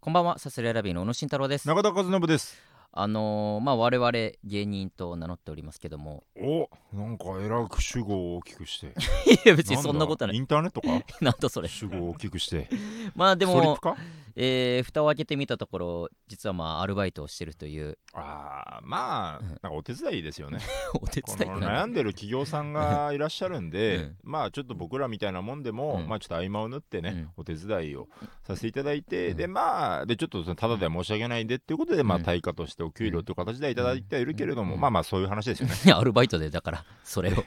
こんばんは、サスレラビーの小野慎太郎です。中田和信ですあのーまあ我々芸人と名乗っておりますけど も、おなんかえらく主語を大きくしていや 別にそんなことなだイい。ンターネットか なんだそれ。主語を大きくしてま あででもストリッもプ、かえー、蓋を開けてみたところ、実はまあアルバイトをしてるという あーまあうんなんかお手伝いですよね お手こ伝いのかな悩んでる企業さんがいらっしゃるんで、うんまあちょっと僕らみたいなもんでも、うんまあちょっと合間を縫ってね、お手伝いをさせていただいて、うんでまあでちょっとそのただでは申し訳ないんでっていうことで、まあうん対価としてお給料という形ではいただいてはいるけれども、うんまあまあそういう話ですよねいや アルバイトでだからそ れを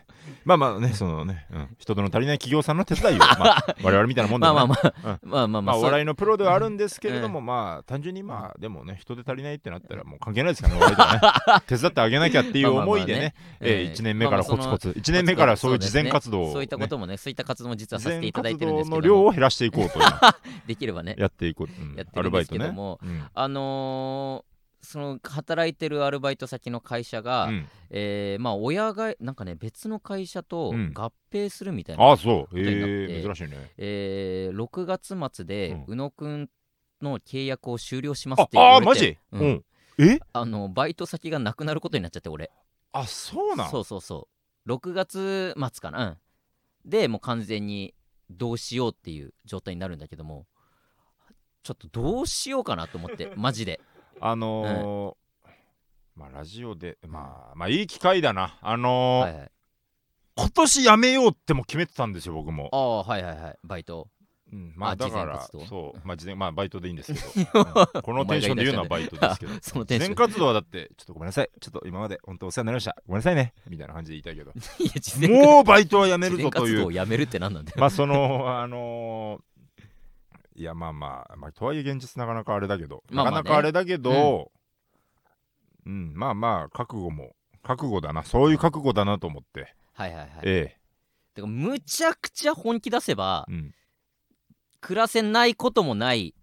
まあまあねそのね、うん人手の足りない企業さんの手伝いを、まあ、 我々みたいなもんでまあも、ね、まあまあうん まあまあままああ、おそう笑いのプロではあるんですけれども、まあ単純にまあでもね人手足りないってなったらもう関係ないですからね我々と はね手伝ってあげなきゃっていう思いでまねあまあまあねえええ1年目からコツコツ1まあ年目からそういう事前活動そうでをすねそういったこねともねそういった活動も実は事させて前いただい活てるんで動すけのど量もを減らしていこうと今できればねやっていこううん やってアるルんバでイすトけどねもうんあのーその働いてるアルバイト先の会社が、うんえーまあ親がなんかね別の会社とうん合併するみたいな、ああそうになってええ珍しいねえー6月末で、うん宇野くんの契約を終了しますあって言あわーれてマジううんんえあのバイト先がなくなることになっちゃって俺あそうなんそうそうそう6月末かな、うん、でもう完全にどうしようっていう状態になるんだけどもちょっとどうしようかなと思って マジであのーまあラジオでまあまあいい機会だなあのーはいはい今年やめようっても決めてたんですよ僕もああはいはいはいバイトうんまああだか事ら前活動そうまあ事前まあバイトでいいんで すけど、うん このテンションで言うのはバイトですけどそのテ事ン ショ前ン活動はだってちょっとごめんなさいちょっと今まで本当お世話になりました ごめんなさいねみたいな感じで言いたいけいや事前どもうバイトはやめる事前ぞと活い動うをやめるって何なんだよ、まあそのあのーいやまあまあまあとはいえ現実なかなかあれだけど、まあまあねなかなかあれだけど、うん、まあまあ覚悟も覚悟だなそういう覚悟だなと思って、はいはいはいえてかむちゃくちゃ本気出せばえ、うん、暮らせないこともない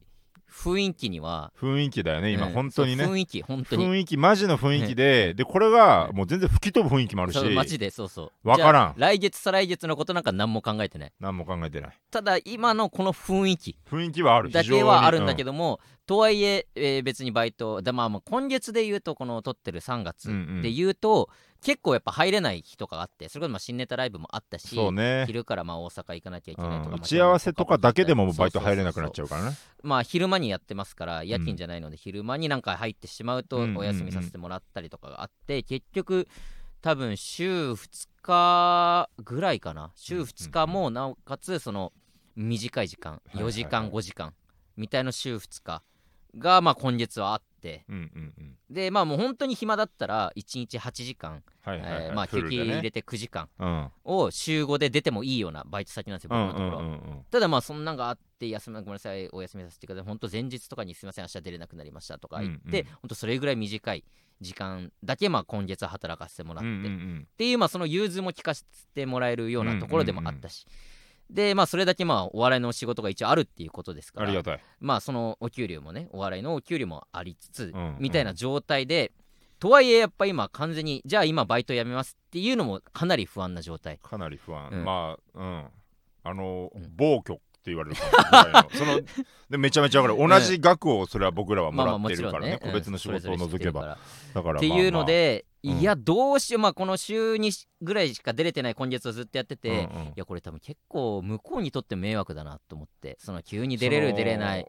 雰囲気には雰囲気だよね今うん本当にねそう雰囲気本当に雰囲気マジの雰囲気で、でこれがもう全然吹き飛ぶ雰囲気もあるしそうマジでそうそうわからんじゃあ来月再来月のことなんか何も考えてない何も考えてないただ今のこの雰囲気雰囲気はあるだけはあるんだけど、ども、とはいええー別にバイトだまあまあ今月で言うとこの撮ってる3月うんうんで言うと、結構やっぱ入れない日とかがあってそれこそまあ新ネタライブもあったしそうね、昼からまあ大阪行かなきゃいけうないとんか、打ち合わせとかだけでももうバイト入れなくなっちゃうゃうからねまあ昼間にやってますから夜勤じゃないので昼間になんか入ってしまうとうんうんうんお休みさせてもらったりとかがあって、結局多分週2日ぐらいかな週2日もなおかつその短い時間いはいはい4時間5時間みたいな週2日がまあ今月はあってうんうんうんでまあもう本当に暇だったら1日8時間、はいはい、はいえーまあフ休ル憩でね入れて9時間うんを週5で出てもいいようなバイト先なんですよう僕のんとうころ。んうんうんただまあそんなんがあって休みごめんなさいお休みさせてください本当前日とかにすみません明日出れなくなりましたとか言って、うんうん本当それぐらい短い時間だけまあ今月は働かせてもらっうて、んうんうっんていうまあその融通も聞かせてもらえるようなところでもあったし、でまあそれだけまあお笑いのお仕事が一応あるっていうことですかありらがたいまあそのお給料もねお笑いのお給料もありつつ、うんうんみたいな状態でとはいえやっぱ今完全にじゃあ今バイト辞めますっていうのもかなり不安な状態かなり不安、うんまあうんあのうん暴挙って言われるか もしれないのそのでめちゃめちゃ分かる同じ額をそれは僕らはもらってるからね,、個別の仕事を除けば、ばだからっていうの、で、まあまあいやどうしよう、まあ、この週にぐらいしか出れてない今月をずっとやってて、まあまあいうんうんやこれ多分結構向こうにとって迷惑だなと思ってその急に出れそるの出れない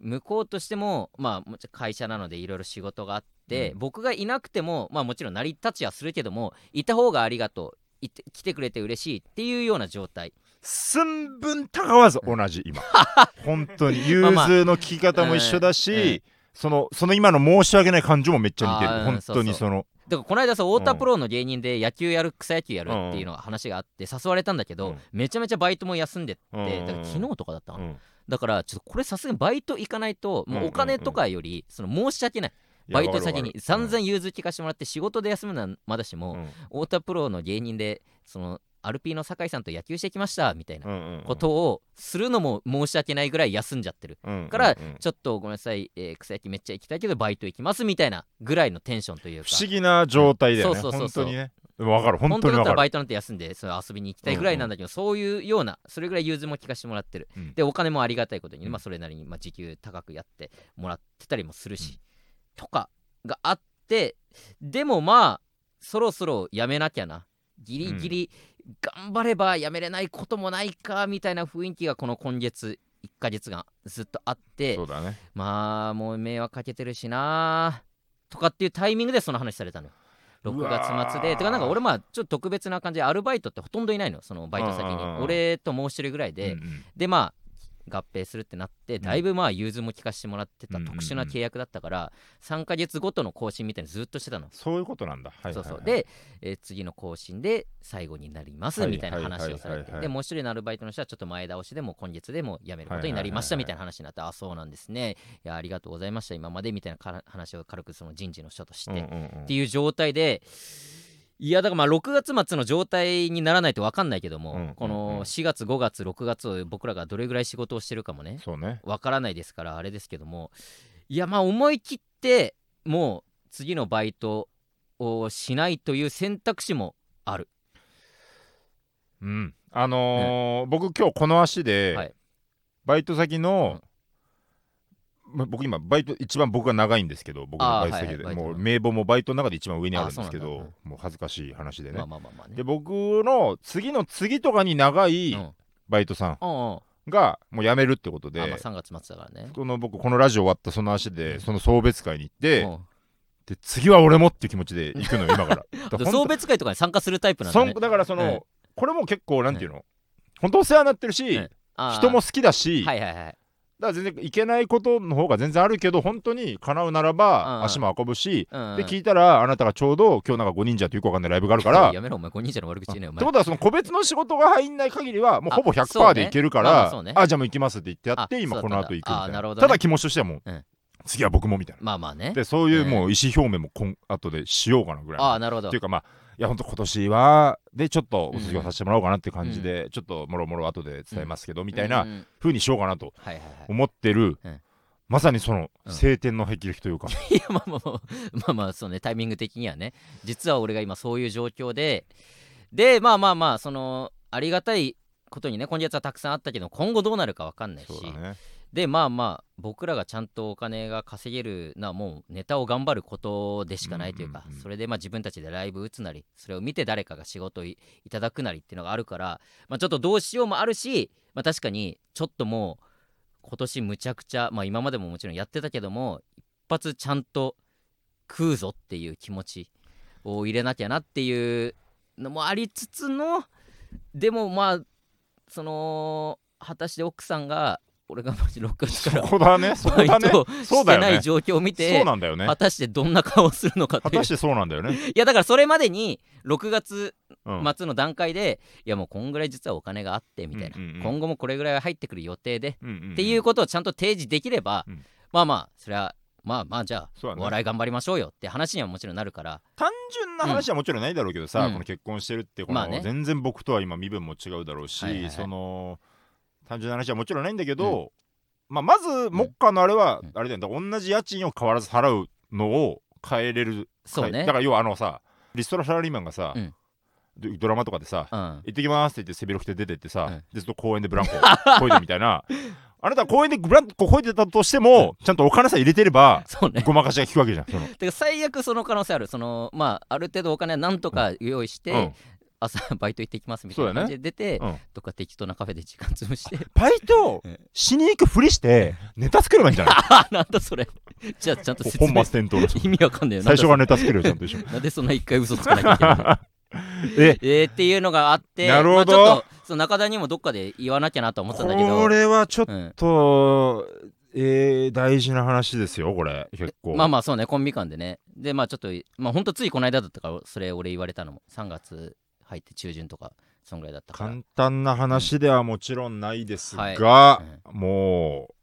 向こうとしても、まあもちろん、会社なのでいろいろ仕事があって、うん僕がいなくても、まあ、もちろん成り立ちはするけどもいた方がありがとういて来てくれて嬉しいっていうような状態寸分たがわず同じ 今本当に融まあまあ通の聞き方も一緒だし、うんうんそのその今の申し訳ない感情もめっちゃ似てあーうるん本当にそのだからこの間さ太田プロの芸人で野球やる草野球やるっていうのが話があって誘われたんだけど、うんめちゃめちゃバイトも休んでって、だから昨日とかだったかな、うんだからちょっとこれさすがにバイト行かないともうお金とかよりその申し訳ないいやバイト先にわかる散わ々かる融通聞かしてもらって仕事で休むのはまだしうもん太田プロの芸人でそのアルピーの酒井さんと野球してきましたみたいなうんうんうんことをするのも申し訳ないぐらい休んじゃってるうんうんうんからちょっとごめんなさい、えー草焼きめっちゃ行きたいけどバイト行きますみたいなぐらいのテンションというか不思議な状態だよねそうそうそう本そう当にねでも分かる本本当当にだったら分かバるイトなんて休んでその遊びに行きたいぐらいなんだけど、そういうようなそれぐらい融通も聞かせてもらってる、うんでお金もありがたいことに、うんまあ、それなりに、まあ、時給高くやってもらってたりもするし、とかがあってでもまあそろそろやめなきゃなギリギリ頑張ればやめれないこともないかみたいな雰囲気がこの今月1ヶ月がずっとあってそうだねまあもう迷惑かけてるしなとかっていうタイミングでその話されたのよう6わー月末でてかなんか俺まあちょっと特別な感じでアルバイトってほとんどいないのそのバイト先うんうんうにん俺ともう一人ぐらいで、うんうんでまあ合併するってなってだいぶまあ融通も聞かせてもらってたうんうんうん特殊な契約だったから3ヶ月ごとの更新みたいにずっとしてたのそういうことなんだはいはいはいそうそうで、えー次の更新で最後になりますはいみたいな話をされはいはいはいてはいでもう一人のアルバイトの人はちょっと前倒しでもう今月でも辞めることになりましたはみいはたいいはな話になって、あそうなんですねいやありがとうございました今までみたいなか話を軽くその人事の人として、うんうんっうんていう状態でいやだからまあ6月末の状態にならないと分かんないけども、うんうんうんこの4月5月6月を僕らがどれぐらい仕事をしてるかもねそうねわからないですからあれですけどもいやまあ思い切ってもう次のバイトをしないという選択肢もあるうんあのー僕今日この足で、はいバイト先の、ま僕今バイト一番僕が長いんですけど僕のあバーイト先で、はいはいバイトもう名簿もバイトの中で一番上にあるんですけあそうどなんだもう恥ずかしい話でね、まあまあまあまあねで僕の次の次とかに長いうんバイトさんうんうんがもう辞めるってことで、あまあ3月末だからねこの僕このラジオ終わったその足でその送別会に行っうてんで次は俺もっていう気持ちで行くの よ今からだからでほんと送別会とかに参加するタイプなんそだんねだからその、うんこれも結構なんていうの、本当お世話になってるし、うんあー人も好きだし、はいはいはいだから全然いけないことの方が全然あるけど本当に叶うならうんうばん足も運ぶし、うんうんで聞いたらあなたがちょうど今日なんか5忍者というよくわかんないライブがあるから。やめろお前5人じゃの悪口言うねおって前ことはその個別の仕事が入んない限りはもうほぼあそう100%ねでいけるかまあまらああ,、そうねじゃあもう行きますって言ってやってあ今そうこだのった後行くみたあいななるほどねただ気持ちとしてはもう、うん次は僕もみたいなまあまあねでそういえうえもう意思表明もこん後でしようかなぐらいあのあなるほどっていうかまあいや本当今年はでちょっとお卒業させてもらおうかなっていう感じで、ちょっともろもろ後で伝えますけど、みたいうんなうん風にしようかなとはいはいはい思ってる、うんまさにそのうん晴天の霹靂という か、いやまあまあまあまあまあそうねタイミング的にはね実は俺が今そういう状況ででまあまあまあそのありがたいことにね今月はたくさんあったけど今後どうなるか分かんないし、そうだねでまあまあ僕らがちゃんとお金が稼げるのはもうネタを頑張ることでしかないというか、うんうんうんそれでまあ自分たちでライブ打つなりそれを見て誰かが仕事をいいただくなりっていうのがあるから、まあ、ちょっとどうしようもあるし、まあ、確かにちょっともう今年むちゃくちゃ、まあ、今までももちろんやってたけども一発ちゃんと食うぞっていう気持ちを入れなきゃなっていうのもありつつのでもまあその果たして奥さんが俺がマジ6月そからこだねそこバイだねトをそしうてだよないね状況を見そてう、なんだよね果たしてどんな顔をするのかっ果ていうたしてそうなんだよね、いやだからそれまでに6月うん末の段階で、いやもうこんぐらい実はお金があってみたいな、うんうんうん今後もこれぐらいは入ってくる予定で、うんうんんっていうことをちゃんと提示できれば、うんまあまあそれはまあまあじゃあ、そうだねお笑い頑張りましょうよって話にはもちろんなるから単純な話はもちろんないだろうけどさ、うんこの結婚してるってこの、まあね全然僕とは今身分も違うだろうし、はいはいはいその単純な話はもちろんないんだけど、まあ、まず目下のあれは、うんあれだよね同じ家賃を変わらず払うのを変えれるそうねだから要はあのさリストラサラリーマンがさ、うんドドラマとかでさ、うん行ってきますって言って背広着て出てってさ、うんでずっと公園でブランコこいでみた いなあなた公園でブランコこいでたとしても、ちゃんとお金さえ入れてればそうね ごまかしが効くわけじゃんその、てか最悪その可能性あるそのまあある程度お金はなんとか用意して、うん朝 バイト行ってきますみたいな感じで出て、うん、とか適当なカフェで時間潰して バイトええしに行くふりしてネタ作ればいいんじゃない あなんだそれじゃあちゃんと説本末明転倒の意味わかん ないよ最初がねネタ作れるちゃんと 一緒なんでそんな一回嘘つかなきゃいけないのええーっていうのがあってなるほどまあちょっとその中田にもどっかで言わなきゃなと思ってたんだけどこれはちょっうんと、えー、大事な話ですよこれ結構まあまあそうねコンビ間でねでまあちょっとまあほんとついこの間だったからそれ俺言われたのも3月入って中旬とかそんぐらいだったから簡単な話ではもちろんないですが、はいもう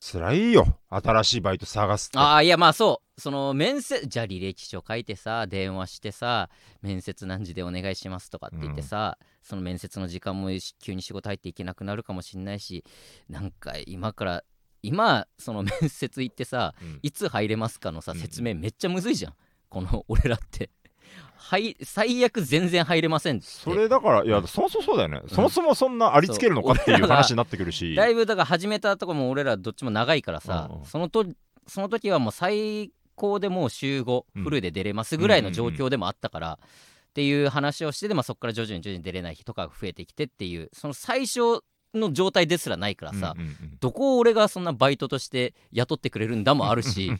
辛いよ新しいバイト探すってああいやまあそうその面接じゃあ履歴書書いてさ電話してさ面接何時でお願いしますとかって言ってさ、その面接の時間もし急に仕事入っていけなくなるかもしんないしなんか今から今その面接行ってさうんいつ入れますかのさうん 説明めっちゃむずいじゃん、この俺らってはい最悪全然入れませんってそれだからいやそもそもそうだよね、そもそもそんなありつけるのかっていうそう話になってくるし だいぶだから始めたとこも俺らどっちも長いからさ、うんうんそのとその時はもう最高でもう週5うんフルで出れますぐらいの状況でもあったから、っていう話をしてで、まあ、そこから徐々に徐々に出れない日とかが増えてきてっていうその最初の状態ですらないからさ、うんうんうんどこを俺がそんなバイトとして雇ってくれるんだもある し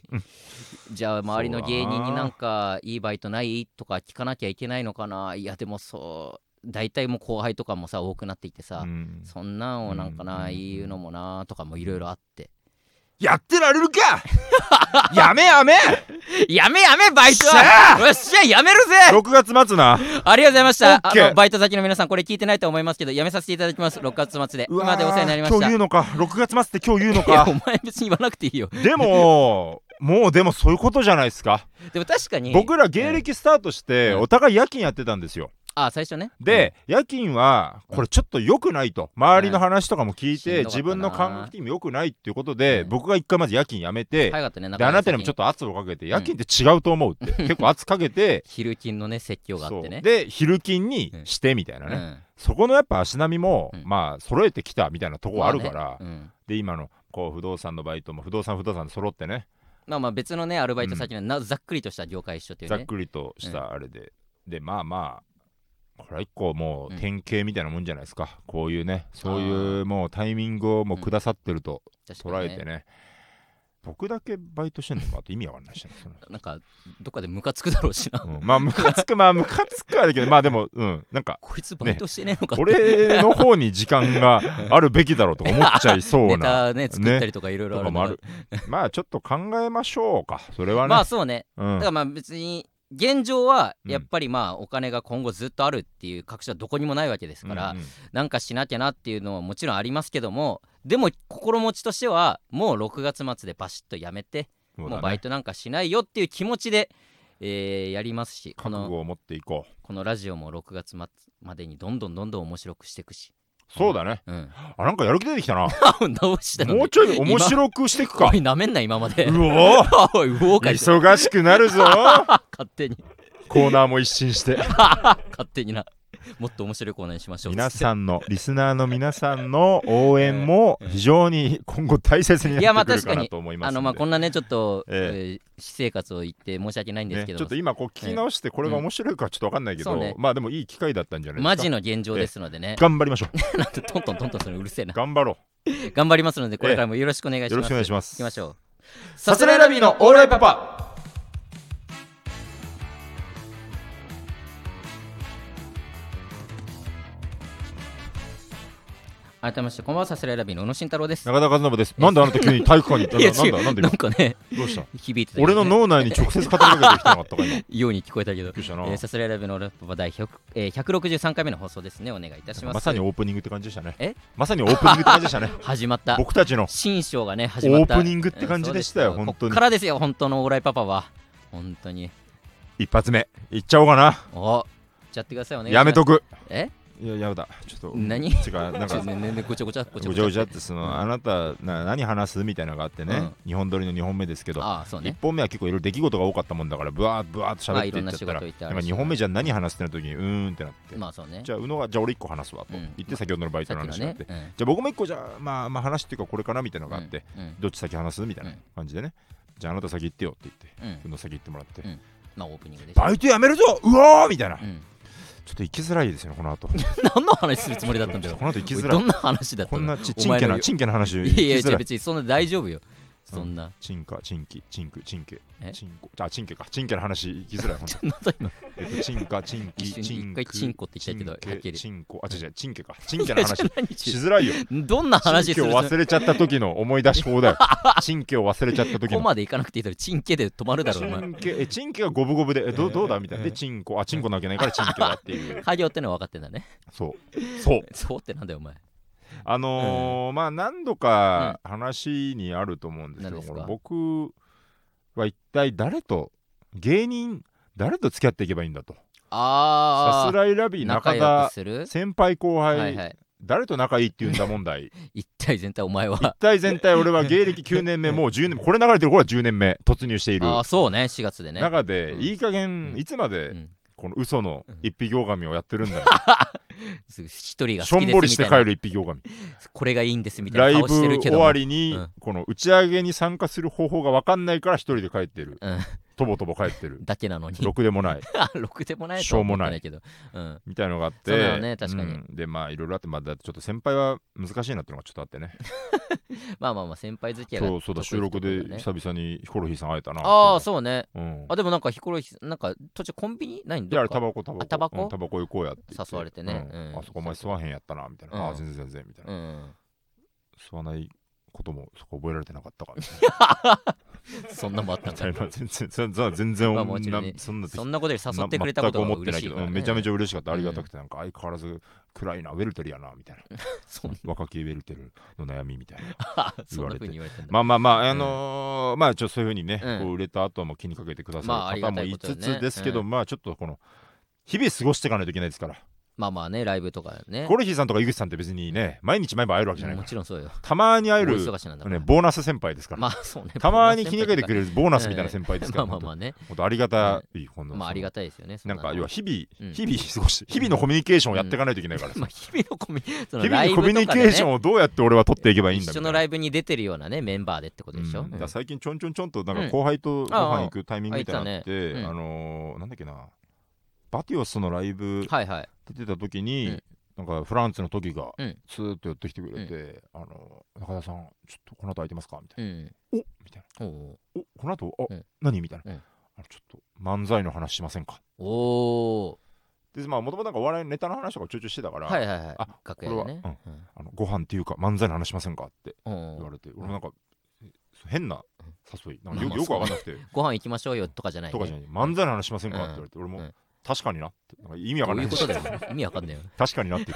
じゃあ周りの芸人になんかいいバイトないとか聞かなきゃいけないのかないやでもそう大体もう後輩とかもさ多くなっていってさ、うんそんなんをなんかうんうんな、うん言うのもなとかもいろいろあって。やってられ るかやめやめやめやめ、バイトはよっしゃ、やめるぜ6月末なありがとうございました。オッあケーのバイト先の皆さん、これ聞いてないと思いますけど、やめさせていただきます。6月末で。うわー 今までお世話になりまし今日た。言ういのか6月末って今日言うのや、かお前別に言わなくていいよ。でももうでもそういうことじゃないですかでも確かに。僕ら芸歴スタートしてうんお互い夜勤やってたんですよあ、最初ね。で、夜勤はこれちょっと良くないと周りの話とかも聞いうんてしんどかったな自分の感覚的に良くないっていうことでうん僕が一回まず夜勤やめうてん、早かったね。であなたにもちょっと。と圧をかけて夜勤って違うと思 うって結構圧かけて昼勤のね、説教があっそてうね。で昼勤にしてみたいなうねんそこのやっぱ足並みもうんまあ揃えてきたみたいなとこあるかまらあねうんで今のこう不動産のバイトも不動産不動産で揃ってねまあまあ別のね、アルバイト先のなざっくりとした業界一緒っていうざっね。くりとしたあれで、でまあまあこれは一個もう典型みたいなもんじゃないですか、こういうねそういうもうタイミングをもうくださってると確か捉にえねてね,、僕だけバイトしてんのかって意味わかんないしね、そ のなんか、どっかでムカつくだろうし な。うんまあムカつくまあムカつくはあるけどまあでもうんなんかこいつバイトしてねえのかって俺の方に時間があるべきだろうとか思っちゃいそうネなタね作ったりとかいろいろとあかるもあのるでまあちょっと考えましょうかそれはね、まあそうねうんだからまあ別に現状はうんやっぱりまあお金が今後ずっとあるっていう確証はどこにもないわけですからうんうんなんかしなきゃなっていうのはもちろんありますけどもでも心持ちとしてはもう6月末でバシッとやめてそうだねもうバイトなんかしないよっていう気持ちでえーやりますしこ覚悟のを持っていこうこのラジオも6月末までにどんどんどんどん面白くしていくしそうだねうん あなんかやる気出てきたなどうしたのもうちょい面白くしていくかおい。なめんな今までうおー おい魚介 勝忙しくなるぞ手にコーナーも一新して勝手になもっと面白いコーナーにしましょう皆さんのリスナーの皆さんの応援も非常に今後大切にいやまなあって確くるかかになと思いますあんでのまあこんなねちょっと、ええー私生活を言って申し訳ないんですねけちどょっも、と今こう聞き直してこれが面白いかちょっと分かんないけど、そうねまあでもいい機会だったんじゃないでマすかジの現状ですのでね、頑張りまし ょうなんてトントントントンするのうるせえな頑張ろ頑張りますのでこれからもよろしくお願いします、よろしくお願いしますいきましょううさすらいラビーのオーライパパ改めましてこんばんはさすらいラビーの宇野慎太郎です中田和信ですなんであなた急に体育館に行いやっ違たうのなんだななんだ今んかねどうした響いてたけどね俺の脳内に直接語りかけてきてなかったか今ように聞こえたけどびっくりしたなえーさすらいラビーのオーライパパ第100、えー、163回目の放送ですねお願いいたしますまさにオープニングって感じでしたねえまさにオープニングって感じでし たね始まった僕たちの新章がね始まったオープニングって感じでしたようんそうです本当にこっからですよ本当のオーライパパは本当に一発目いっちゃおうかなおじゃってくださいお願いしまやすめとくえいややだちょっと何違うなんちょかねねねごちゃごちゃごちゃごちゃごちゃっってそのあなたな何話すみたいなのがあってうねん日本撮りの2本目ですけどああそう1ね本目は結構いろいろ出来事が多かったもんだからぶわーぶわーっと喋っていっまあちゃったいろんな仕事いっらてあなるしんか2本目じゃあ何話すってなった時にうーんってなってまあそうねじゃあ宇野がじゃあ俺1個話すわとうん言って先ほどのバイさトっのきの話があっねてうんじゃあ僕も1個じゃあまあまあ話っていうかこれかなみたいなのがあってうんうんどっち先話すみたいなうん感じでねじゃああなた先行ってよって言ってうん宇野先行ってもらってうんまあオープニングでしょバイトやめるぞうわーみたいなちうょん っと行きづらいですよねこの後何の話するつもりだったんだよこの後行きおいづらいどんな話だったこのんなちおちん前けのなちんけな話をいやいや聞きづ違らうい別にそんな大丈夫よそんなちんかちんきちんくちんけえちんこあちんけかちんけの話聞きづらい本なんだ今当にえっとちんかちん き一瞬ちん一回くちんこって言っちゃうけどちんはっきりちんこあ違う違うちんけ かちんけの話何ししづらいよ どんな話すちるんけつもをり忘れちゃった時の思い出し法 だよちんけを忘れちゃった時ここのまで行かなくていいだろちんけで止まるだろお 前ちんけえちんけが五分五分でえどうどうだみたいなでちんこあちんこなわけないからちんけだっていう 家業ってのは分かってんだねそうそうそうってなんだよお前あのーまあ何度か話にあると思うんですけ何ど、ですかこれ僕は一体誰と芸人誰と付き合っていけばいいんだとさあすらいラビー中仲良田くする先輩後はいは輩い誰と仲いいって言うんだ 問題一体全体お前一は体全体俺は芸歴9年 目もう10年これ流れてる頃は10年目突入しているああそうね4月でね、中で、うんいい加う減んいつまうでん、この嘘の一匹狼をやってるんだよ、す一人がしょ好きんでぼすりみした ていな帰る一匹狼これがいいんですみたラいイなブ顔してるけ終どわもりに、うんこの打ち上げに参加する方法が分かんないから一人で帰ってる、うんとぼとぼ帰っ てるだけなのにろくでもないあ ろくでもないしょうもないとは思ってないけど、うん、みたいのがあってそうだよね確かにうんでまあいろいろあってまあだってちょっと先輩は難しいなっていうのがちょっとあってねまあまあまあ先輩付き合いがそうそうだ収録で久々にヒコロヒーさん会えたなああそうねう、うん、あでもなんかヒコロヒーなんか途中コンビニ何でどっあれタかバコタバコあタバコうんタバコ行こうやって言って誘われてねうんうんあそこお前吸わへんやったなみたいな、うんああ全然全然みたいな、うん、吸わないこともそこ覚えられてなかっ たからみたいなそんなもんあったん当ただり前全然そんな全然、まあもちろんね そんなそんなことで誘ってくれたこと全がく思ってな嬉しいけいど、から、ね、うんめちゃめちゃゃ嬉しかった、ありがたくてなんか相変わらず暗いなウェルテルやなみたいなそん 若きウェルテルの悩みみたい ななそんなふうに言われてんだ、まあまあまああのーまあちょっとそういうふうにね、うんこう売れた後も気にかけてくだまあさあるり方がたもいいことつだねつですけど、うまあちょっとこの日々過ごしていかないといけないですからまあまあねライブとかねゴルヒーさんとか井口さんって別にね毎日毎晩会えるわけじゃないかもらちろんそうよたまにお会える、忙しなんだからね、ボーナス先輩ですから、まあそうね たまに気にかけてくるれるボーナスみたいな先輩ですかまあら、まあまあね本当ありがたい、こんなまあありがたいですよねそなんか要は日日々、うん日々過ごして日々のコミュニケーションをやっていかないといけないからさ、々まあ日々のコミュ その日々ライのブとコかミでュねニケーションをどうやって俺は取っていけばいいんだ一緒みのたいなライブに出てるようなねメンバーでってことでしょ、うんだから最近ちょんちょんちょんとなんうかん後輩とごああ飯行くタイミングみたいなのあって、あいたねうんあのーなんだっけなバティオスのライブはいはい出てた時に、なんかフランスの時がうんスーッと寄ってきてくれて、あのー中田さんちょっとこの後空いてますかみたいうんな、おみたいなおおおこの後あ、うん何みたいな、うんあちょっと漫才の話しませんかおおでまあもともとなんかお笑いのネタの話とかちょいちょいしてたから、はいはいはいあ楽屋でねこれはうんあのご飯っていうか漫才の話しませんかってうん言われて、俺もなんかえ変な誘いなんかよ,、まあまあよくわかんなくて、ご飯行きましょうよとかじゃない、ね、とかじゃない漫才の話しませんかって言われて、俺も、うん確かになってなんか意味わかんどなういいうことだよ意味わかんないよ確かになって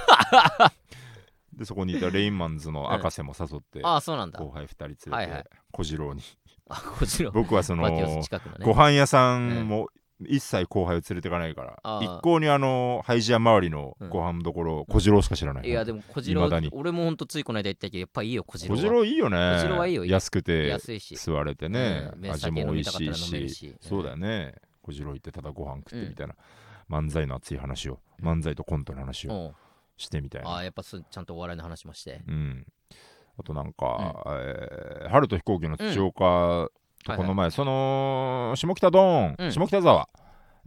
でそこにいたレインマンズの赤瀬も誘って、ああそうなんだ後輩2人連れて、はいはい小次郎にあこちら僕はそのバティオス近くのねご飯屋さんも一切後輩を連れてかないから、ああ一向にあのハイジア周りのご飯どころ、小次郎しか知らない、いやでも小次郎未だに俺もほんとついこの間言ったけどやっぱいいよ小次郎小は次郎いいよね小次郎はいいよ安くて安いし座れてね、うん味も美味お酒飲しいみたかったら飲めしるしそうだよね小次郎行ってただご飯食ってみたいな、漫才の熱い話を漫才とコントの話うをんしてみたいあな、あやっぱすちゃんとお笑いの話もしてうん、あとなんか、えー春と飛行機の土岡うとんこの前、はいその下北ドーン、うん下北沢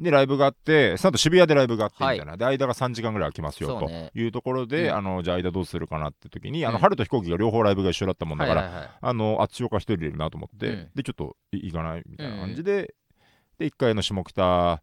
でライブがあってその後渋谷でライブがあってみたいな、で間が3時間ぐらい空きますよそとうねいうところで、うんあのじゃあ間どうするかなって時に、あうのん春と飛行機が両方ライブが一緒だったもんだから、はいはいはいあの、あっち岡一人でいるなと思って、うんで、ちょっとい行かないみたいな感じで、で、一回の下北、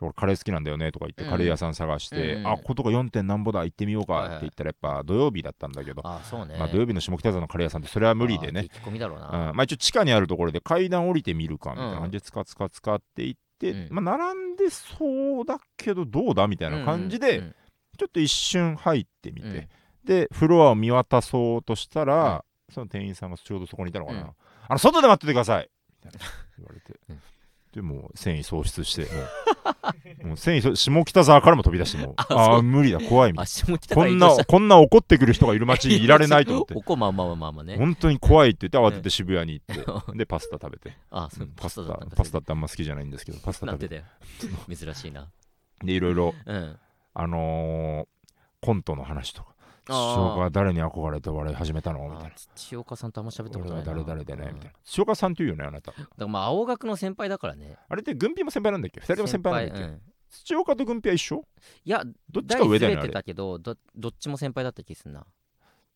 俺カレー好きなんだよねとか言って、うんカレー屋さん探して、うんあ、こことか 4. 点なんぼだ、行ってみようはいはいかって言ったら、やっぱ土曜日だったんだけど、ああそうねまあ、土曜日の下北沢のカレー屋さんってそれは無理でああね、激混みだろううな、んまあ一応地下にあるところで階段降りてみるかみたいな感じで、つかつかつかって行って、うんまあ、並んでそうだけど、どうだみたいな感じで、うんうんちょっと一瞬入ってみて、うんでフロアを見渡そうとしたら、その店員さんがちょうどそこにいたのかな、あの外で待っててくださいみたいな言われて、うんでもう繊維喪失してもう もう繊維喪下北沢からも飛び出して もうああー無理だ怖いみたいあ下北なこ沢移ん動なしたこんな怒ってくる人がいる街にいられない と思っておこまあまあまあまあまあね本当に怖いって言って慌てて渋谷に 行って、でパスタ食べて、あ そううんパパススタだタったんだパスタってあんま好きじゃないんですけどパスタなん食べでてだよ珍しいなでいろいろうんあのーコントの話とかあ師匠が誰に憧れてお笑い始めたのみたあいなー千代岡さんとあんま喋ったこ俺となはいな誰々でねみたいうんだな塩川さんっていうよねあなたからまあ青学の先輩だからねあれって軍備も先輩なんだっけ二人とも先輩なんだっけ、うん土岡と軍備は一緒いやどっち代かず上だれよねあてれたけどどどっちも先輩だった気すんな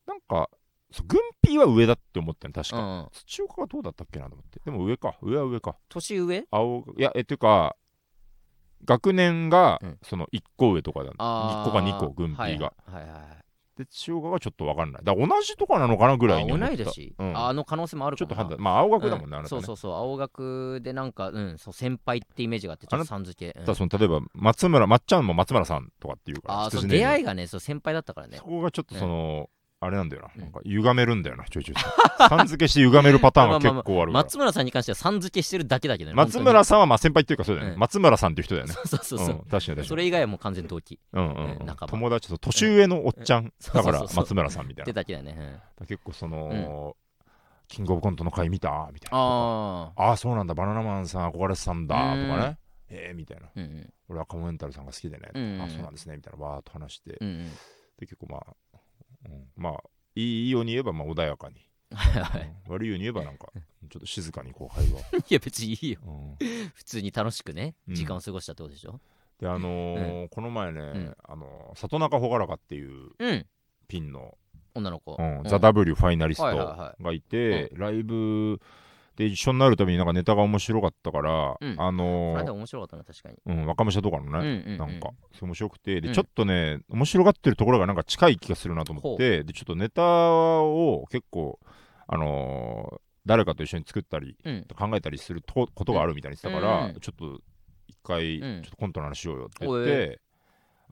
なんかそう軍備は上だって思ったの確うか、ん土岡はどうだったっけなと思ってでも上か上は上か年上青いやえっていうか学年がうんその1個上とかだ、1個か2個軍ピ備が、はいはいはいで土岡がちょっと分かんないだから同じとかなのかなぐらいにあ思っ同いた年、うんああの可能性もあるちかょっともな判断まあ青学だもんね、うあなたそねうそうそう青学でなんかうんそう先輩ってイメージがあってちょっとさん付け、うだんからその例えば松村まっちゃんも松村さんとかっていうからあーそう羊年出齢会いがねそう先輩だったからねそこがちょっとその、あれなんだようんななんか歪めるんだよなちょいちょい さん付けして歪めるパターンが結構あるから松村さんに関してはさん付けしてるだけだけどね松本村さんはまあ先輩っていうかそうだよね、うん松村さんっていう人だよね当に そうそうそううん、確かに確かそにれ以外はもう完全同期うんうんねうん仲間友達と年上のおっちゃんだかそらうそうそうそう松村さんみたっいてなだけだね、うん結構その、キングオブコントの回見たみたいなああああそうなんだバナナマンさん憧れてたんだとかねえー、みたいなうんうん俺はカモメンタルさんが好きでね、うんあそうなんですねみたいなわーっと話して、うんうんで結構まあ、うんまあいいように言えばまあ穏やかに、はいはういん悪いように言えばなんかちょっと静かに後輩は、 いや別にいいようん普通に楽しくねうん時間を過ごしたってことでしょであのーこの前ね、んあのー里中朗らかっていううん、ピンの女の子、うん、ザ・ W ファイナリストはいはいはがいて、ライブで一緒になるたびになんかネタが面白かったから、うんあこのれでー面白かったな確かに、うん、若武者とかのうんね、うんうん、なんかそれ面白くてで、うんちょっとね面白がってるところがなんか近い気がするなと思ってでちょっとネタを結構あのー誰かと一緒に作ったりうん考えたりするとことがあるみたいにしてたから、うんちょっと一回、うんちょっとコントの話しようよって言おっえて、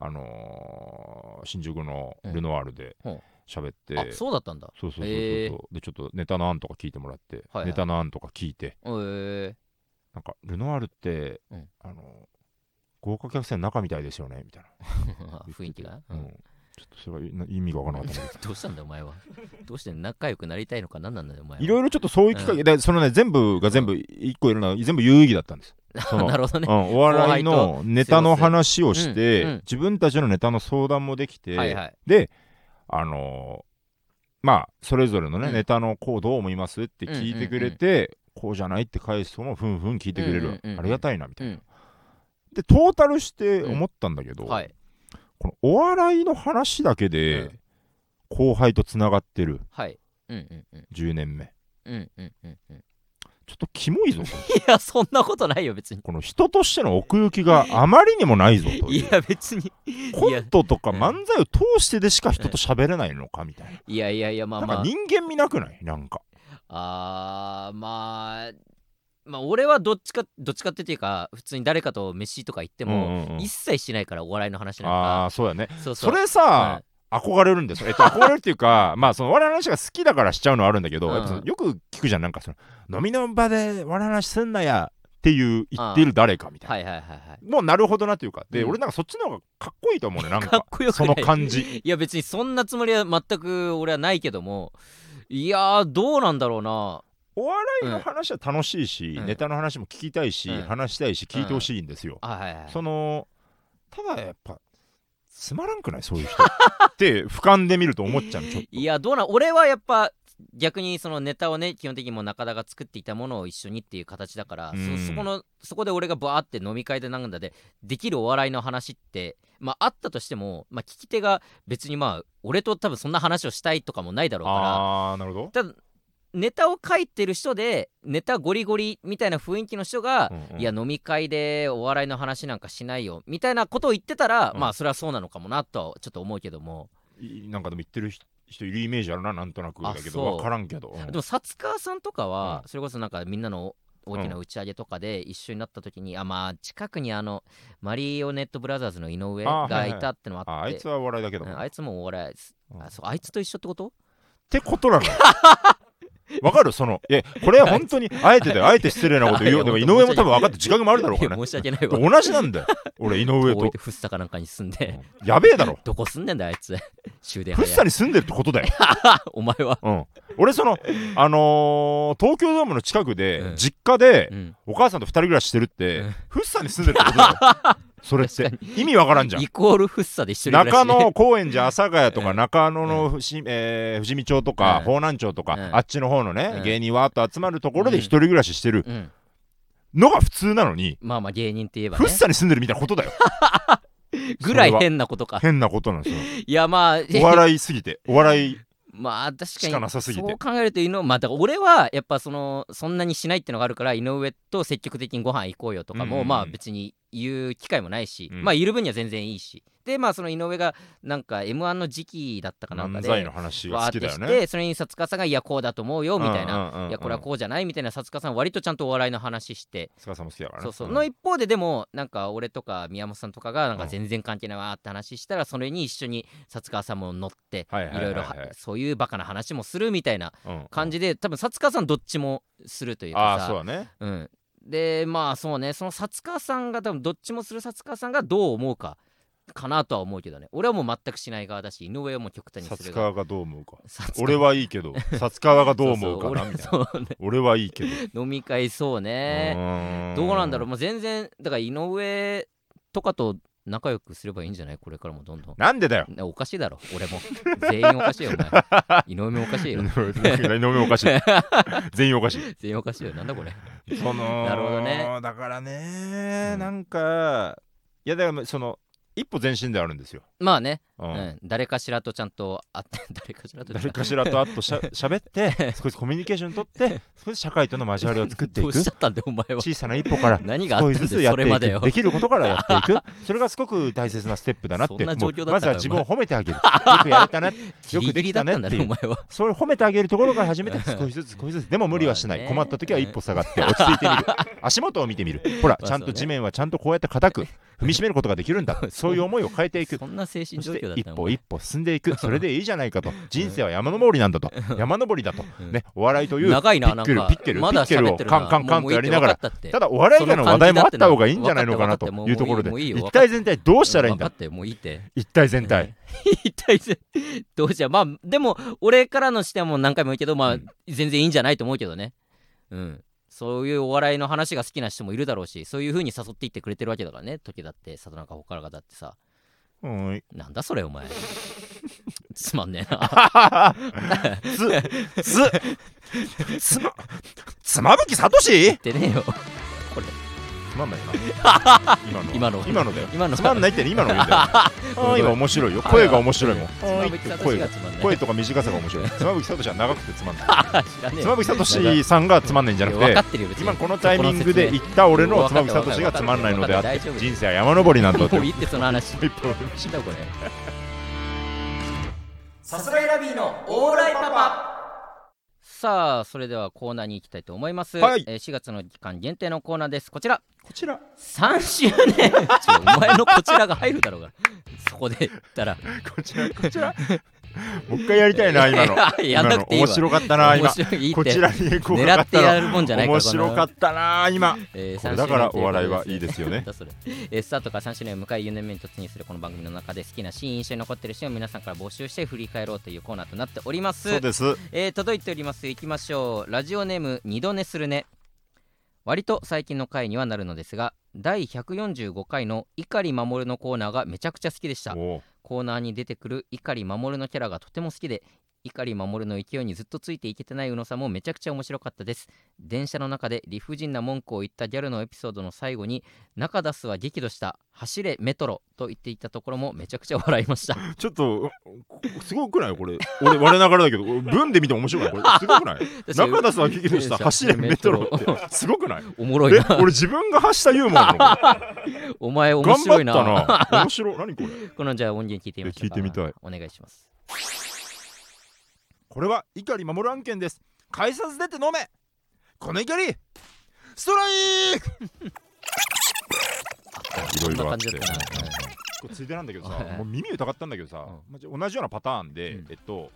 あのー新宿のルノワールでうんほう喋って、あそうだったんだそうそうそうそうそう、へえでちょっとネタの案とか聞いてもらって、はいはいネタの案とか聞いてえ ー、なんかルノワールって、うんあの豪華客船の中みたいですよねみたいな雰囲気が、うんちょっとそれは意味が分からなかったんだけどうしたんだよお前はどうして仲良くなりたいのか何なんだよお前どはい ろいろちょっとそういう機会、でそのね全部が全部一個いるのは全部有意義だったんです そのなるほどねうん、お笑いのネタの話をして、うんうん自分たちのネタの相談もできて、はいはいであのーまあそれぞれのね、うんネタのこうどう思いますって聞いてくれて、こうじゃないって返すのをふんふん聞いてくうれる、んうんうんありがたいなみたいな、うんでトータルして思ったんだけど、はいこのお笑いの話だけうでん後輩とつながってるはいうんうんうん10年目うんうんうん うんちょっとキモいぞいやそんなことないよ別にこの人としての奥行 きがあまりにもないぞといいうや別にコントとかうん漫才を通してでしか人と喋れないのかみたいな。いやいやいやまあなんまあか人間見なくないなんか。あーまあまあ俺はどっちかどっちかっていうか普通に誰かと飯とか行ってうも、んうんうん一切しないからお笑いの話なんあかあー、そうだね。そうそそうれはさい、憧れるんで すよ。えっと、憧れるっていうか、まあ、その我々の話が好きだからしちゃうのはあるんだけど、うんやっぱそのよく聞くじゃん。なんかその、飲みの場で我々の話すんなやっていう言っている誰かみたいな。はいはいはいはもうなるほどなっていうか。で、うん俺なんかそっちの方がかっこいいと思うね。ないんか、かっこよくそないの感じ。いや別にそんなつもりは全く俺はないけどもいやーどうなんだろうなお笑いの話は楽しいし、うんネタの話も聞きたいし、うん話したいし、聞いてほしいんですよ。あはいはいはいそのただやっぱつまらんくないそういう 人って俯瞰で見ると思っちゃうのちょっといやどうなん俺はやっぱ逆にそのネタをね基本的にもう中田が作っていたものを一緒にっていう形だから、うんそそこのそこで俺がバーって飲み会でなんだでできるお笑いの話ってまああったとしても、まあ、聞き手が別にまあ俺と多分そんな話をしたいとかもないだろうからああなるほどただネタを書いてる人でネタゴリゴリみたいな雰囲気の人が、うんうんいや飲み会でお笑いの話なんかしないよみたいなことを言ってたら、うんまあそれはそうなのかもなとはちょっと思うけども、いなんかでも言ってる人人いるイメージあるななんとなくあだけどそう分からんけど、うんでも薩川さんとかは、うそれこそなんかみんなの大きな打ち上げとかで一緒になった時に、あまあ近くにあのマリオネットブラザーズの井上あはがいはいいたってのもあってああいつはお笑いだけど、ううんんあいつもお笑いですあっそうあいつと一緒ってことてことなのわかるそのいやこれは本当にあえ てだよあえて失礼なこと言うよでも井上も多分分かって自覚もあるだろういかやらね申し訳ないわ同じなんだよ俺井遠上いとてフッサかなんかに住んうで、んやべえだろどこ住んでんだよあい つ終電フッ早いサに住んでるってことだよお前は、うん、俺 そのあのー東京ドームの近くで、うん実家でうん、お母さんと二人暮らししてるって、うんフッサに住んでるってことだよ それって意味わからんじゃんイコールフッサで一緒に暮ら中し野高円寺阿佐ヶ谷とか、うん中野のふし、えー富士見町とか、うん方南町とか、うんあっちの方のね、うん芸人わーっと集まるところでうん一人暮らしして るうん、のが普通なのに、まあまあ芸人って言えばフねッサに住んでるみたい なことだよぐらいそれは変なことか変なことなんですよ いやまあお笑いすぎてお笑いまあ確かにしかなさすぎてそう考えると井上まあだから俺はやっぱそのそんなにしないってのがあるから井上と積極的にご飯行こうよとかうんうんうもんまあ別に言う機会もないし、うんまあいる分には全然いいしでまあその井上がなんか m 1の時期だったかなんか漫で才の話がわー好ってきだよしねてそれにさつかさんが「いやこうだと思うよ」みたいな「いやこれはうこうじゃない」みたいなさつかさん割とちゃんとお笑いの話してん。スカさんも好きだからね。そうそううんの一方ででもなんか俺とか宮本さんとかがなんかうん全然関係ないわーって話したらそれに一緒に薩川さんも乗ってはいはいいはいはろいいろはそういうバカな話もするみたいなうん感じで多分薩川さんどっちもするというあかあ、さそうだね。うん、でまあそうねその薩川さんが多分どっちもする薩川さんがどう思うかかなとは思うけどね俺はもう全くしない側だし井上はもう極端にサすツるカ側ワがどう思うか。薩川俺はい いけど、サツカワがどう思うかそなそみたいな。俺そうね俺はいいけど。飲み会そうねーどうなんだろうもう全然だから井上とかと仲良くすればいいんじゃないこれからもどんどんなんでだよ。なおかしいだろ俺 も全員おかしいよお前井上もおかしい井 よ上おか しい。全員おかしい。全員おかしいよなんだこれそのなるほどねだからね、うんなんか、いやだからその一歩前進ではあるんですよ。まあね、ううんん、誰かしらとちゃんと会って 誰かしらとちゃん誰かしらとあとし ゃ喋って少しコミュニケーション取って少し社会との交わりを作ってい どくうしちゃったんだよお前は小さな一歩から何があった少んだしずよつやっそてれいまくでよできることからやっていくそれがすごく大切なステップだなってそんな状況だったかもうまずは自分を褒めてあげるよくやれたねよ くできたねギリギリだったんだってねいおう前はそれ褒めてあげるところから始めて少しずつ少 しずつでも無理はしない、まあね困った時は一歩下がって落ち着い てみる足元を見てみるほらまあちゃんそとうね地面はちゃんとこうやって固く踏みしめることができるん だそういう思いを変えていくそんな精神そ状して況だっ一たのお歩前一歩進んでいくそれでいいじゃないかと人生は山登りなんだと山登りだとうんねお笑いという長いピなッなんケルかピッケルピまだッケル喋をってるカンカンカンとやりながららたただお笑いからの話題もあった方がいいんじゃないのかなとその感いじだうってところでもういいよ一体全体どうしたらいいん分だかってもういいって一体全体一体全どうじゃまあでも俺からの視点はもう何回も言うけどまあ、うん全然いいんじゃないと思うけどねうんそういうお笑いの話が好きな人もいるだろうしそういう風に誘っていってくれてるわけだからね時だって里中ほからがだってさうんなんだそれお前 つまんねえなつつつまつまぶきさとし言ってねえよつまんないな今今ののは今のだよ今のつまんないってね今の言うんだよあ ー今面白いよ声が面白いもんつまぶきさとし声ががつまんない声とか短さが面白いつまぶきさとしは長くてつまんない知らねえ妻夫木聡さんがつまんないんじゃなく分かてってるよ別に今このタイミングで言った俺の妻夫木聡がつまんないのであって人生は山登りなんだってもういいってその話一歩なんだこれ さすがいラビーのオーライパパさあそれではコーナーに行きたいと思います、はいえー4月の期間限定のコーナーですこちらこちら3周年ちょお前のこちらが入るだろうがそこで言ったらこちらこちらもう一回やりたいな今のい ややんなくていいわ今の面白かったな今面白いいいってこちらにこう狙かってやるもんじゃないから面白かったな今えーこれ3だから周年とうことでお笑いはいいですよねなんだ それえースタートから3周年を迎え4年目に突入するこの番組の中で好きなシーン印象に残ってるシーンを皆さんから募集して振り返ろうというコーナーとなっておりますそうですえー届いておりますいきましょうラジオネーム二度寝するね割と最近の回にはなるのですが第145回の碇守のコーナーがめちゃくちゃ好きでしたおうコーナーに出てくる碇守のキャラがとても好きで碇守の勢いにずっとついていけてない宇野さんもめちゃくちゃ面白かったです電車の中で理不尽な文句を言ったギャルのエピソードの最後に「中出すは激怒した走れメトロ」と言っていたところもめちゃくちゃ笑いました ちょっとすごくないこれ俺我ながらだけど文で見て面白いこれすご くない中田さんは聞きました走れメトロってすごくない おもろいえな俺自分が発したユーモアなのこれお前面頑張白ったいなな。面白い。何これ。このじゃあ音源聞いてみましょうかえ聞いてみたいお願いしますこれは碇守案件です。改札出て飲め。この怒り。ストライク。いろいろあって。 こんな感じだったなこれついでなんだけどさはい、もう耳疑ったがったんだけどさ、まじ同じようなパターンで、うんえっと、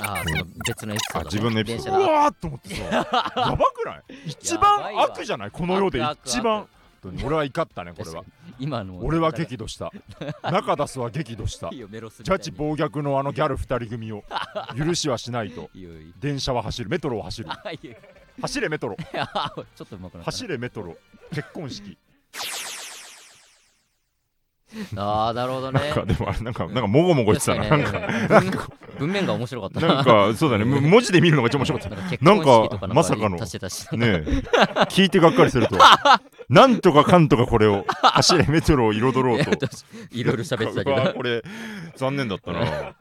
ああその別のエピソード、あ自分のエピソード。う電車だわーっと思 ってさ、やばくない？一やばい番わ悪じゃない？この世で悪悪一番悪。本当に俺は怒ったねこれは確。今の俺は激 怒した。中田スは激怒したいい。よメロスみジたャいッジに暴虐のあのギャル二人組を許しはしないと。いいよいいよ 電車は走るメトロを走るあいいよ走れメ トロいやちょっとうまくなった走れメトロ結婚式ああなるほどね なんかでもあれなんかなんかもごもご言ってたななん確かかにねなんか文面が面白かったなんかそうだねむ文字で見るのが一番面白かっなんか結婚式とかなんかまさかの足して足してたねえ聞いてがっかりするとなんとかかんとかこれ を走れメトロを彩ろうといろいろ喋ってたけ なんかうわどこれ残念だったな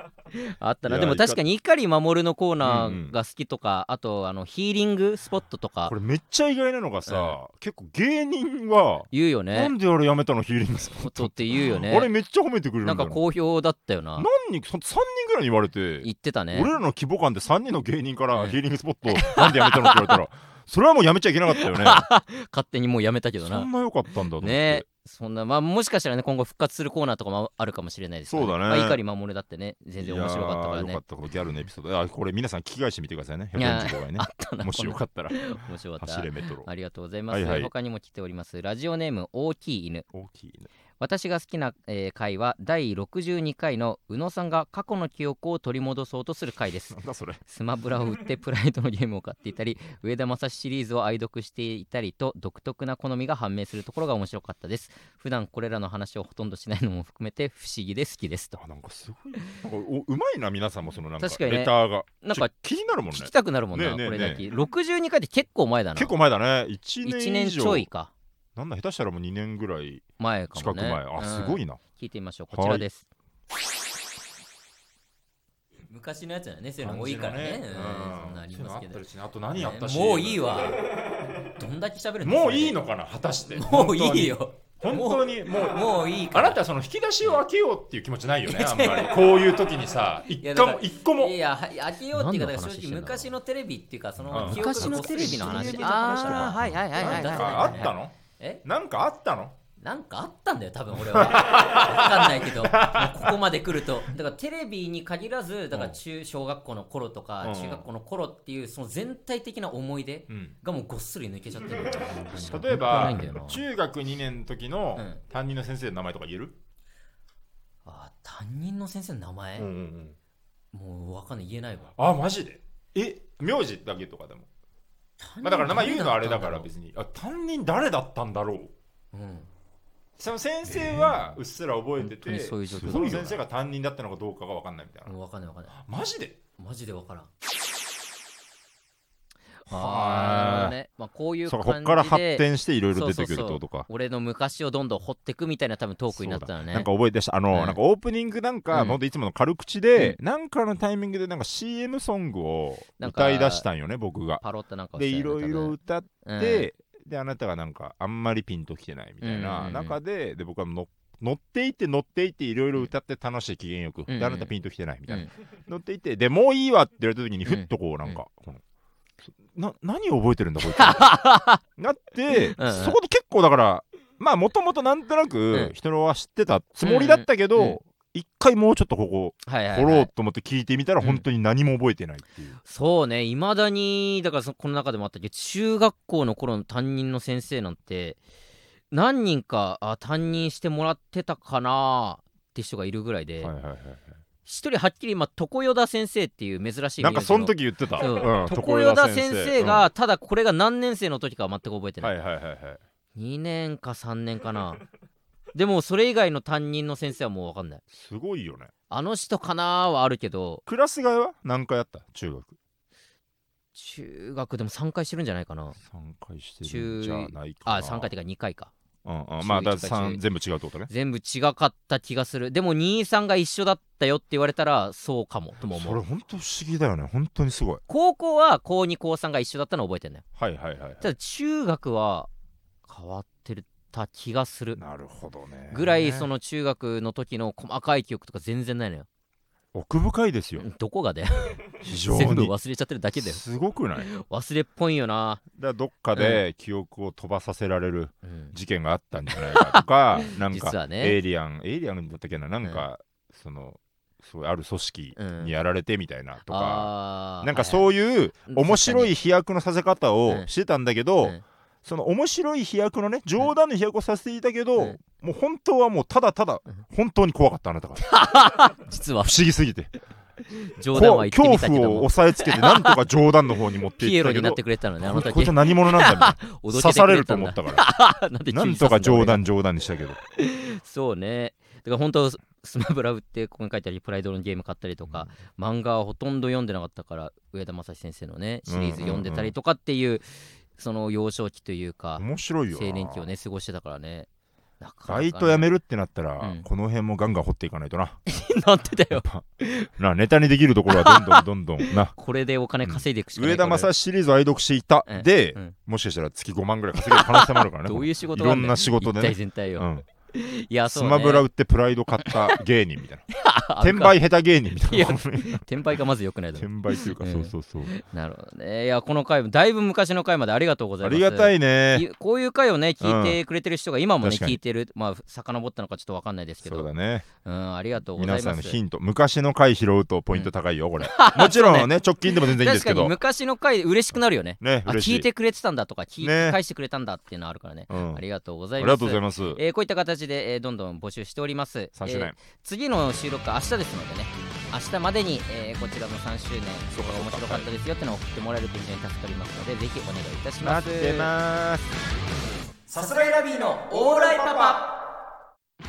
あったいなやでも確かに碇守のコーナうんうんーが好きとか、あとあのヒーリングスポットとかこれめっちゃ意外なのがさ、結構芸人は、言うよなねんであれやめたのヒーリングスポッことっトて言うよねあれめっちゃ褒めてくれるんだなんよか好評だったよな何人そ3人ぐらいに言われて、言ってたね俺らの規模感で3人の芸人かうらんヒーリングスポットなんでやめたのって言われたら それはもうやめちゃいけなかったよ ね勝手にもうやめたけどそなんな良かったんだと思って、ねそんなまあもしかしたらね今後復活するコーナーとかもあるかもしれないですからそうだねまあ碇守だってね全然面白かったからいやーねよかったこのギャルのエピソードあこれ皆さん聞き返してみてくださいねいやー145回ねあった なもしよかっったらた面白かった走れメトロありがとうございます、はいはい他にも来ておりますラジオネーム大きい犬大きいね私が好きな、えー回は第62回の宇野さんが過去の記憶を取り戻そうとする回 ですなんだそれスマブラを売ってプライドのゲームを買っていたり上田正史シリーズを愛読していたりと独特な好みが判明するところが面白かったです普段これらの話をほとんどしないのも含めて不思議で好きですとあなんかすごいなんかおうまいな皆さんもそのなんか確かにねレターがなんちょか気になるもんね聞きたくなるもんな、ねえねえこれだけね62回って結構前だな結構前だね1 1年以年ちょ上いかなんだ下手したらもう2年ぐらい前か近もくね前あすごうんいな聞いてみましょうこちらです、昔のやつだねそういうの多いからねうんそんなありますけどあと何もういいわどんだけ喋るんですかもういいのかな果たして もういいよ本当にもうもういいかあらなたはその引き出しを開けようっていう気持ちないよねあんまりこういう時にさ一や個だもから一個もいやいや開けようって何いうかのだから話して正んだろ直う昔のテレビっていうかそうんの記憶が昔のテレビのこう話薄いあーはいはいはいはいなはいんかあったのえなんかあったのなんかあったんだよ多分俺はわかんないけどもうここまで来るとだからテレビに限らずだから中小学校の頃とうかん中学校の頃っていうその全体的な思い出うんがもうごっそり抜けちゃってる例え本ば当ないんだよな中学2年の時のうん担任の先生の名前とか言えるあー担任の先生の名前うんうんうんもうわかんない言えないわあマジでえ名字だけとかでもまあだから名前言うのはあれだから別にあ担任誰だったんだろううんその先生はうっすら覚えて本当にてそういう状況その先生が担任だったのかどうかが分かんないみたいなもうわかんないわかんないマジでマジでわからんあーねまあこういうそ感うじかでこっから発展していろいろ出てそうくるってそうそうことか。俺の昔をどんどん掘ってくみたいな多分トークになったのそうねだなんか覚えてしたあの、うんなんかオープニングなんか、うんほんといつもの軽口で、なんかのタイミングでなんか CM ソングを歌い出したんよね僕が。パロッとなんかでいろいろ歌っろて、であなたがなんかあんまりピンときてないみたいうんうんうなん中で、で僕はの乗っていって乗っていっていろいろ歌って楽しい機嫌よく、うんであなたピンときてないみたいな、うん乗っていってでもういいわって言われた時にうんふっとこうなんか、このな何を覚えてるんだこ いつなってうんうんそこで結構だからまあもともとなんとなうくん人のは知ってたつもりだったけど、うんうん一回もうちょっとここはいはい掘はろうい、と思って聞いてみたらうん本当に何も覚えてないっていう、そうねいまだにだからそこの中でもあったけど中学校の頃の担任の先生なんて何人かあ担任してもらってたかなって人がいるぐらいではいはいはい一、人はっきり今常与田先生っていう珍しいなんか名字その時言ってたそううん常与田先生が、、ただこれが何年生の時かは全く覚えてうんない、はいはいはいはい2年か3年かなでもそれ以外の担任の先生はもう分かんないすごいよねあの人かなはあるけどクラス替えは何回やった中学中学でも3回してるんじゃないかな3回してるんじゃないかなあ3回ってか、いうか2回かうんうん、まあ中一だからか中三全部違うってことね全部違かった気がするでも兄さんが一緒だったよって言われたらそうかもともそ思れう本当不思議だよね本当にすごい高校は高2高3が一緒だったの覚えてんだよはいはいはいただ中学は変わってた気がするなるほどねぐらいその中学の時の細かい記憶とか全然ないのよ奥深いですよどこがだよ非常全部に忘れちゃってるだけだよすごくないだか忘れっぽいよな、らどっかで記憶を飛ばさせられるうん、事件があったんじゃないかと かなん実はかねエイリアンエイリアンだったっけななんかそのそうある組織うんにやられてみたいなとかあーなんかはそういういはい面白い飛躍のさせ方うんをしてたんだけど、うんその面白い飛躍のね冗談の飛躍をさせていたけど、うんもう本当はもうただただうん本当に怖かったあなた が不実は思議すぎて冗談は言こってみた恐け怖どをも抑えつけてなんとか冗談の方に持ってピいエったロけになっどてくれたのねあこのい時こいつは何者なんだみ 驚けたいな刺てさくれれるとたんだ思った からなんで急になん刺すとんだか冗俺談冗談にしたけどそうねだから本当スマブラ売ってここに書いてあるプライドのゲーム買ったりとか、漫画はほとんど読んでなかったから上田正史先生のねシリーズ読んでたりとかっていう,、その幼少期というか面白いよ青な年期をね過ごしてたからねなかなかねバイト辞めるってなったら、うんこの辺もガンガン掘っていかないとな。 なんてだやよっぱなネタにできるところはどんどんどんどんな。これでお金稼いでいくしかない上田正史シリーズを愛読していた、うんで、うんもしかしたら月5万ぐらい稼げる可能性もあるからね。どういう仕事いろんな仕事で一体ね。全体よ、うん、いやスそう、ね、マブラ売ってプライド買った芸人みたいな。転 ある売下手芸人みたい な。か転売がまず良くないだ転ろ売というか、うんそうそうそう。なるほどねいやこの回もだいぶ昔の回までありがとうございあますりが たいいね。こういう回をね聞いてくれてる人が今もね確か聞にいてるまあ遡ったのかちょっとわかんないですけそどうだね。うんありがとうございま皆すさんのヒント、昔の回拾うとポイント高いよ、これ。もちろんね、直近でも全然いいん確ですかけにど。昔の回嬉しくなるよねね、あ嬉しい。聞いてくれてたんだとか聞いてね返してくれたんだっていうのあるからねうん、あありりがとうございますがとうございます。えーこういった形で、えーどんどん募集しております3周えー年。次の収録は明日ですのでね明日までに、えーこちらの3周年そうかそうか面白かったですよってのを送ってもらえると非常に助かりますのでぜひお願いいたします待ってます。さすらいラビーのオーライパパ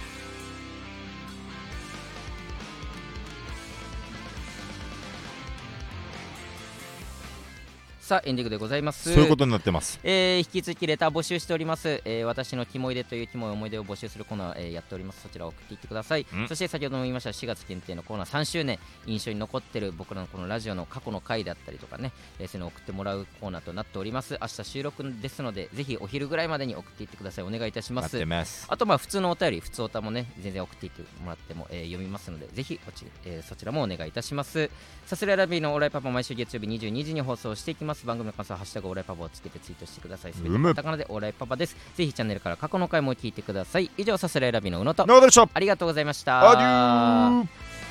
さあエンディングでございますそういうことになってます。えー引き続きレター募集しております、えー私のキモいでというキモい思い出を募集するコーナー、えーやっておりますそちらを送っていってください、うんそして先ほども言いました4月限定のコーナー3周年印象に残ってる僕らのこのラジオの過去の回だったりとかね、えーそういうのを送ってもらうコーナーとなっております明日収録ですのでぜひお昼ぐらいまでに送っていってくださいお願いいたしま待すってます。あとまあ普通のお便り、普通おたもね、全然送っていってもらっても、えー読みますので、ぜひこち、えーそちらもお願いいたします。さすらいラビーのオーライパパ毎週月曜日22時に放送していきます。番組の感想はハッシュタグオーライパパをつけてツイートしてください。すべてうむカタカナでオーライパパです。ぜひチャンネルから過去の回も聞いてください。以上、さすらいラビーの宇野と、なおでした。ありがとうございました。アデュー。